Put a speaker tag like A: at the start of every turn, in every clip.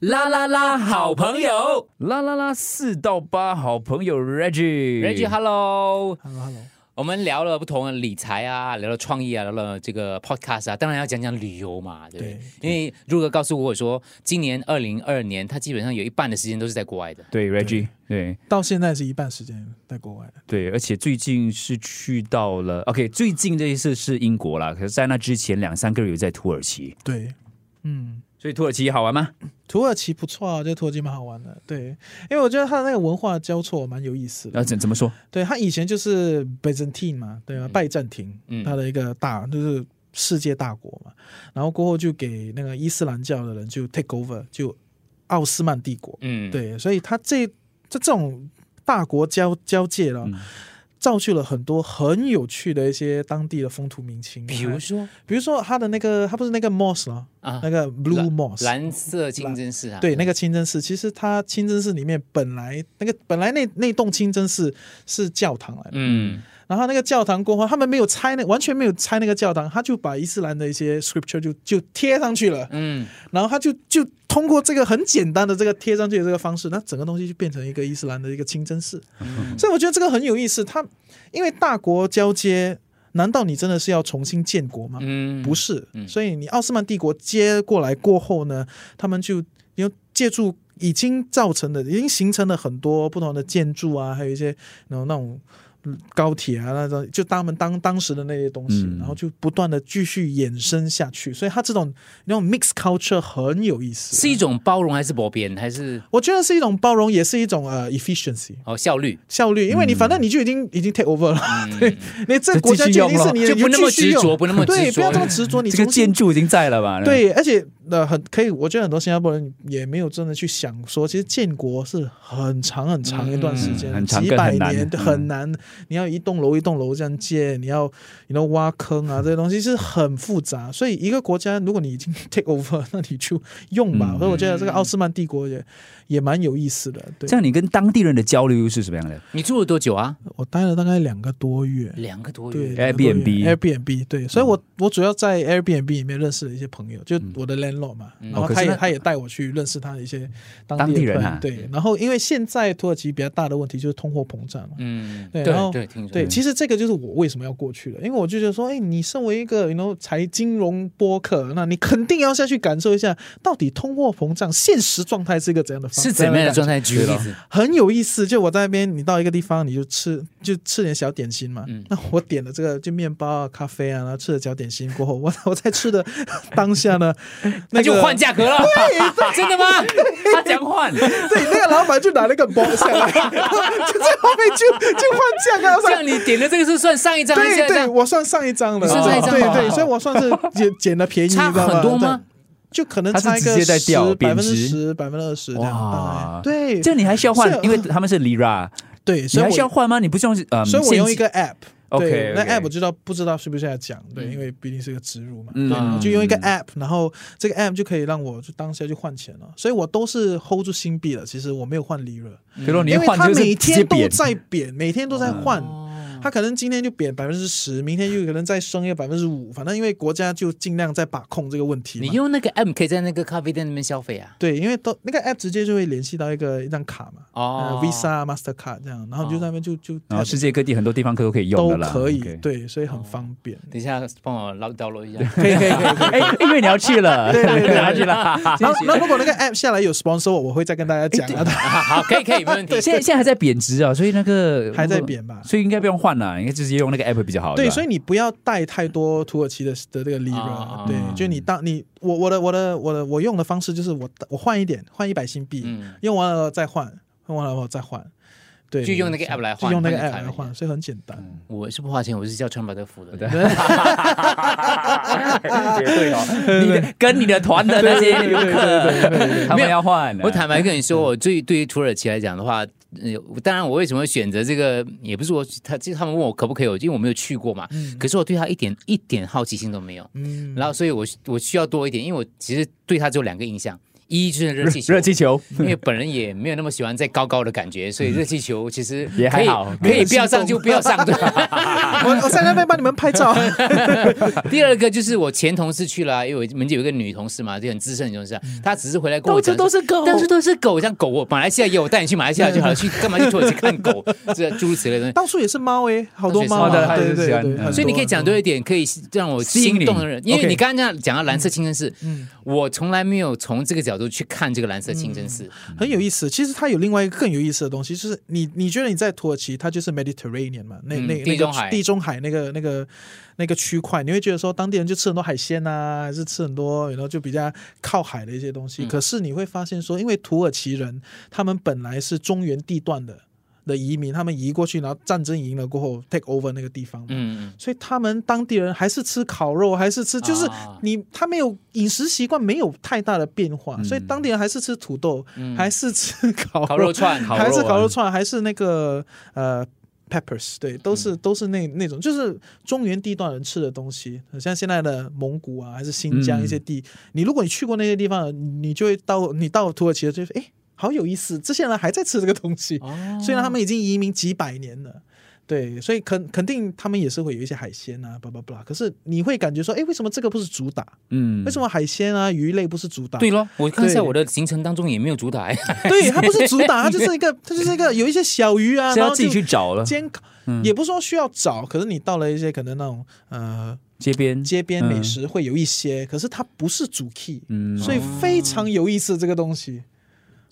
A: 啦啦啦，好朋友
B: 啦啦啦，四到八好朋友 Reggie。
A: ，Reggie，Hello。
C: Hello Hello，
A: 我们聊了不同的理财啊，聊了创意啊，聊了这个 Podcast 啊，当然要讲讲旅游嘛，对不对？因为如果告诉我说，今年二零二年，他基本上有一半的时间都是在国外的。
B: 对 Reggie，对
C: 到现在是一半时间在国外，
B: 对，而且最近是去到了 OK，最近这一次是英国啦，可是在那之前两三个月在土耳其，
C: 对，嗯。
B: 所以土耳其好玩吗？
C: 土耳其不错啊，这土耳其蛮好玩的，对，因为我觉得它的那个文化交错蛮有意思的。
B: 啊，怎怎么说？
C: 对，它以前就是 Byzantine 嘛，对吧、啊拜占庭，
A: 嗯
C: 它的一个大就是世界大国嘛，然后过后就给那个伊斯兰教的人就 take over，就奥斯曼帝国，
A: 嗯，，
C: 对，所以它这这这种大国交交界了
B: 嗯。
C: 造就了很多很有趣的一些当地的风土民情，
A: 比如说
C: 比如说它的那个，它不是那个 moss 了、
A: 啊
C: 那个 blue moss，
A: 蓝色清真寺啊，
C: 对，那个清真寺，其实它清真寺里面本来那个本来那那栋清真寺是教堂来的，
A: 嗯，
C: 然后那个教堂过后，他们没有拆那完全没有拆那个教堂，他就把伊斯兰的一些 scripture 就就贴上去了，
A: 嗯
C: 然后他就就通过这个很简单的这个贴上去的这个方式，那整个东西就变成一个伊斯兰的一个清真寺，所以我觉得这个很有意思。它因为大国交接，难道你真的是要重新建国吗？
A: 嗯，
C: 不是
A: 嗯，
C: 所以你奥斯曼帝国接过来过后呢，他们就因为借助已经造成的、已经形成了很多不同的建筑啊，还有一些然后那种嗯高铁啊，那种就他们当当时的那些东西，
B: 嗯
C: 然后就不断的继续衍生下去，所以它这种那种 mix culture 很有意思，
A: 是一种包容还是薄边，还是
C: 我觉得是一种包容，也是一种呃 efficiency
A: 哦效率？
C: 效率，因
A: 嗯
C: 为你反正你就已经已经 take over 了，对， 你这
B: 就
C: 国家
B: 继续
C: 就
B: 用
C: 已经是
B: 咯
C: 你的
A: 就不
C: 你
A: 那么
C: 继续
A: 执着
C: 用
A: 不那么执
C: 对，不要
A: 着
C: 这么执着， 你
B: 这个
C: 重新
B: 建筑已经在了吧？，
C: 对，而且呃，很可以，我觉得很多新加坡人也没有真的去想说，其实建国是很长很长一段时间，
B: 嗯很长
C: 几
B: 更
C: 百
B: 很难
C: 年
B: 嗯
C: 很难。你要一栋楼一栋楼这样建，你要你要挖坑啊，这些东西是很复杂。所以一个国家，如果你已经 take over，那你就用吧。
B: 嗯
C: 所以我觉得这个奥斯曼帝国也也蛮有意思的。对
B: 这，样你跟当地人的交流是什么样的
A: 你住了多久啊？
C: 我待了大概两个多月。哎
A: 两个多
C: 对
A: 月。
B: Airbnb
C: Airbnb 对，所以我我主要在 Airbnb 里面认识了一些朋友，就我的 landlord 嘛，
A: 嗯
C: 然
B: 嗯哦
C: 后
B: 可是
C: 他也
B: 那
C: 他也带我去认识他的一些当
B: 当地
C: 地的
B: 人
C: 朋友
B: 啊
C: 对，然后因为现在土耳其比较大的问题就是通货膨胀嘛，
A: 嗯，
C: 对
A: 对
C: 然后
A: 对，听说
C: 对，其实这个就是我为什么要过去的，因为我就觉得说，哎，你身为一个你 know 财金融播客，那你肯定要下去感受一下，到底通货膨胀现实状态是一个怎样的方
A: 是怎么样的状态？举个例
C: 对
A: 子，
C: 很有意思，就我在那边，你到一个地方，你就吃就吃点小点心嘛。
A: 嗯
C: 那我点了这个就面包啊、咖啡啊，然后吃了小点心过后， 我我在吃的当下 呢，那
A: 那
C: 个
A: 就换价格了， 真的吗？他讲 换，
C: 对，那个老板就拿了个包下来， 就在后面就就换价格。然后
A: 这
C: 说
A: 样你点的这个是算上一张还是下
C: 对
A: 一
C: 对，
A: 张？
C: 我算上一张了，哦
A: 你算上一张
C: 对
A: 好
C: 对，
A: 好
C: 所以我算是捡捡了便宜，
A: 差
C: 你知道
A: 很多吗？
C: 就可能
B: 它是
C: 差一个
B: 直接在掉
C: 10%百
B: 贬
C: 分之
B: 值
C: 十、百分之二十这样。大
B: 哇
C: 概对，
B: 这样你还需要换
C: 是啊，
B: 因为他们是 lira，
C: 对，
B: 你
C: 所以
B: 还需
C: 我
B: 要换吗？你不是用呃，
C: 所以我用一
B: 现金
C: 个 app。
B: OK，
C: 对，那
B: OK
C: app 我知道不知道是不是要讲，对，
A: 嗯
C: 因为毕竟是个植入嘛，
B: 嗯
C: 对，我就用一个
B: 嗯
C: app，然后这个 app 就可以让我就当下就换钱了，所以我都是 hold 住新币了，其实我没有换 lira，
B: 所以说哦你
C: 因为
B: 换
C: 它
B: 这个
C: 每
B: 是直接
C: 天都
B: 贬，
C: 在贬，每天都在换，
A: 哦
C: 它可能今天就贬百分之十，明天就可能再升一个百分之五，反正因为国家就尽量在把控这个问题嘛。
A: 你用那个 M 可以在那个咖啡店那边消费啊？
C: 对，因为都那个 app 直接就会联系到一个一张卡嘛，
A: 哦
C: 呃，Visa、Mastercard 这样，然后你就在那边就就
B: 然后世界各地很多地方都可以用
C: 都
B: 的啦，
C: 可以
B: OK，
C: 对，所以很方便。
A: 等一下帮我捞叨落一下。
C: 可以可以可以。
B: 哎，因为你要去了，
C: 对 对对
B: 你要去了。
C: 然后，那如果那个 app 下来有 sponsor 我，我会再跟大家讲啊。
A: 啊 好，可以可以，没问题。
B: 现在现在还在贬值啊，所以那 个
C: 还在贬吧
B: 所以应该不用换了，应该直接用那个 app 比较好。
C: 对，
B: 吧
C: 所以你不要带太多土耳其的的这个 lira，、
A: 啊
C: 对，就你当你我我的我的我的我用的方式就是我我换一点，换一百新币，
A: 嗯
C: 用完了再换，用完了我再换，对，
A: 就用那个 app 来换
C: 就用那个
A: 换那
C: app
A: 个
C: 来换，所以很简单。
A: 我是不花钱，我是叫川宝德付的。
B: 也对哦，你的跟你的团的那些游客，他们要换。
A: 我坦白跟你说，我最对于土耳其来讲的话，呃，当然我为什么会选择这个，也不是我他，就是他们问我可不可以，因为我没有去过嘛。可是我对他一点一点好奇心都没有，
C: 嗯，
A: 然后所以我我需要多一点，因为我其实对他只有两个印象，一就是热气球，
B: 热气球，
A: 因为本人也没有那么喜欢在高高的感觉，所以热气球其实
B: 也
A: 可
B: 还
A: 以
B: 好
A: 可以不要上就不要上对吧
C: 我我在那边帮你们拍 照，
A: 第二个就是我前同事去了啊，因为我们有一个女同事嘛，就很资深的女同事啊，她只是回来跟我讲说。
B: 是狗
A: 但是都是狗，像狗，我马来西亚也有，带你去马来西亚就好了，去干嘛去土耳其看狗，这诸如此类的东 西。
C: 到处也是猫诶，好多猫
A: 到处
C: 啊，对
A: 也是猫
C: 对
B: 他也是喜欢
C: 对
B: 嗯
C: 对，
A: 所以你可以讲多
C: 对，
A: 一点，可以让我
B: 吸引
A: 心
B: 你
A: 动的人，因为
B: OK
A: 你刚刚这样讲到蓝色清真寺，
C: 嗯，
A: 我从来没有从这个角度去看这个蓝色清真寺。
C: 很有意思。其实它有另外一个更有意思的东西，就是你你觉得你在土耳其，它就是 Mediterranean 嘛，那
A: 嗯
C: 那那个
A: 地中海
C: 地中海那个那个那个区块，你会觉得说当地人就吃很多海鲜呐，还是吃很多然后就比较靠海的一些东西。
A: 嗯
C: 可是你会发现说，因为土耳其人他们本来是中原地段的的移民，他们移过去，然后战争赢了过后 take over 那个地方嘛，
A: 嗯，
C: 所以他们当地人还是吃烤肉，还是吃，就是
A: 啊
C: 你、他没有饮食习惯没有太大的变化，
B: 嗯
C: 所以当地人还是吃土豆，
A: 嗯
C: 还是吃烤肉，
A: 烤肉串，
B: 烤肉啊
C: 还是烤肉串，还是那个呃 peppers，对，都
B: 嗯
C: 是、都是那那种，就是中原地段人吃的东西，像现在的蒙古啊，还是新疆
B: 嗯
C: 一些地，你如果你去过那些地方，你就会到你到土耳其就哎，诶好有意思，这些人还在吃这个东西，
A: 哦
C: 虽然他们已经移民几百年了。对，所以肯肯定他们也是会有一些海鲜啊，巴拉巴拉。可是你会感觉说，哎，为什么这个不是主打？
B: 嗯
C: 为什么海鲜啊、鱼类不是主打？
A: 对咯，我看一下
C: 对
A: 我的行程当中也没有主打，哎
C: 对，它不是主打，它就是一个，它就是一个有一些小鱼啊，
B: 是
C: 然
B: 要
C: 后
B: 自己
C: 就
B: 去找了？
C: 煎烤，
B: 嗯
C: 也不是说需要找，可是你到了一些可能那种呃
B: 街边，
C: 街边美食会有一些，可是它不是主 key，
B: 嗯，
C: 所以非常有意思这个东 西。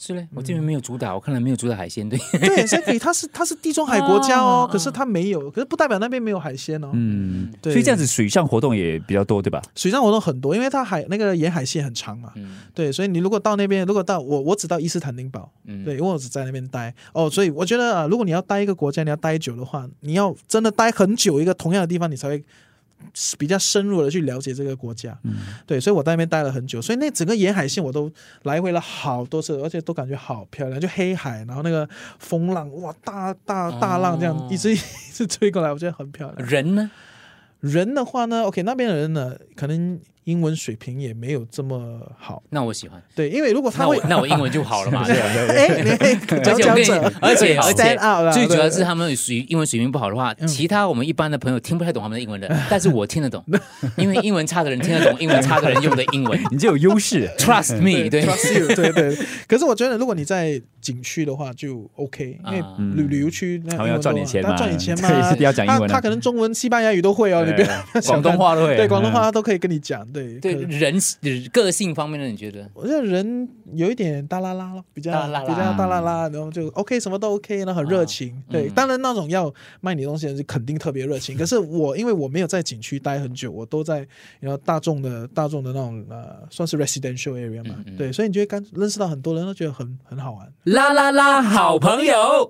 A: 是嘞，我这边没有主打，我看来没有主打海鲜，对，
C: 对，所以它是它是地中海国家哦，
A: 啊
C: 可是它没有，可是不代表那边没有海鲜哦。
B: 嗯，
C: 对
B: 所以这样子水上活动也比较多，对吧？
C: 水上活动很多，因为它海那个沿海线很长嘛。
A: 嗯
C: 对，所以你如果到那边，如果到我我只到伊斯坦丁堡，
A: 嗯
C: 对，因为我只在那边待哦，所以我觉得啊、如果你要待一个国家，你要待久的话，你要真的待很久一个同样的地方，你才会比较深入的去了解这个国家。
B: 嗯
C: 对，所以我在那边待了很久，所以那整个沿海线我都来回了好多次，而且都感觉好漂亮，就黑海，然后那个风浪，哇，大大大浪这样、
A: 哦
C: 一直 一直吹过来，我觉得很漂亮。
A: 人呢？
C: 人的话呢，OK，那边的人呢，可能英文水平也没有这么好，
A: 那我喜欢，
C: 对，因为如果他
A: 那我
C: 会，
A: 那我英文就好 了嘛，对吧？
C: 哎， 你
A: 而
C: 佼
A: 且我
C: 佼
A: 跟你
C: 者，，
A: 而且
C: stand
A: 而
C: out
A: 且
C: 啦嗯
A: 最主要是
C: 对
A: 他们属于英文水平不好的话，其他我们一般的朋友听不太懂他们的英文的，
C: 嗯
A: 但是我听 得懂，因为英文差的人听得懂英文差的人用的英文
B: 你就有优势。
A: ，trust me，对
C: trust you，对对。可是我觉得，如果你在景区的话，就 OK，因为
A: 啊
C: 旅旅游区那
B: 他们要赚你钱嘛，
C: 他赚你钱嘛，
B: 对是要讲英
C: 他
B: 文
C: 他
B: 的
C: 可。能中文、西班牙语都会哦，你不要
B: 对广东话都 会，
C: 对广东话他都可以跟你讲，对
A: 对，
C: 可
A: 人个性方面呢，你觉得？
C: 我觉得人有一点大啦啦咯，比较
A: 大啦啦
C: 比较大啦啦，然后就 OK，什么都 OK，然后很热情。
A: 啊
C: 对，
A: 嗯
C: 当然那种要卖你东西的人是肯定特别热 情。可是我因为我没有在景区待很久，我都在然后大众的大众的那种呃，算是 residential area 嘛，
A: 嗯嗯
C: 对，所以你就会感认识到很多人都觉得很很好玩。
A: 啦啦啦，好朋友。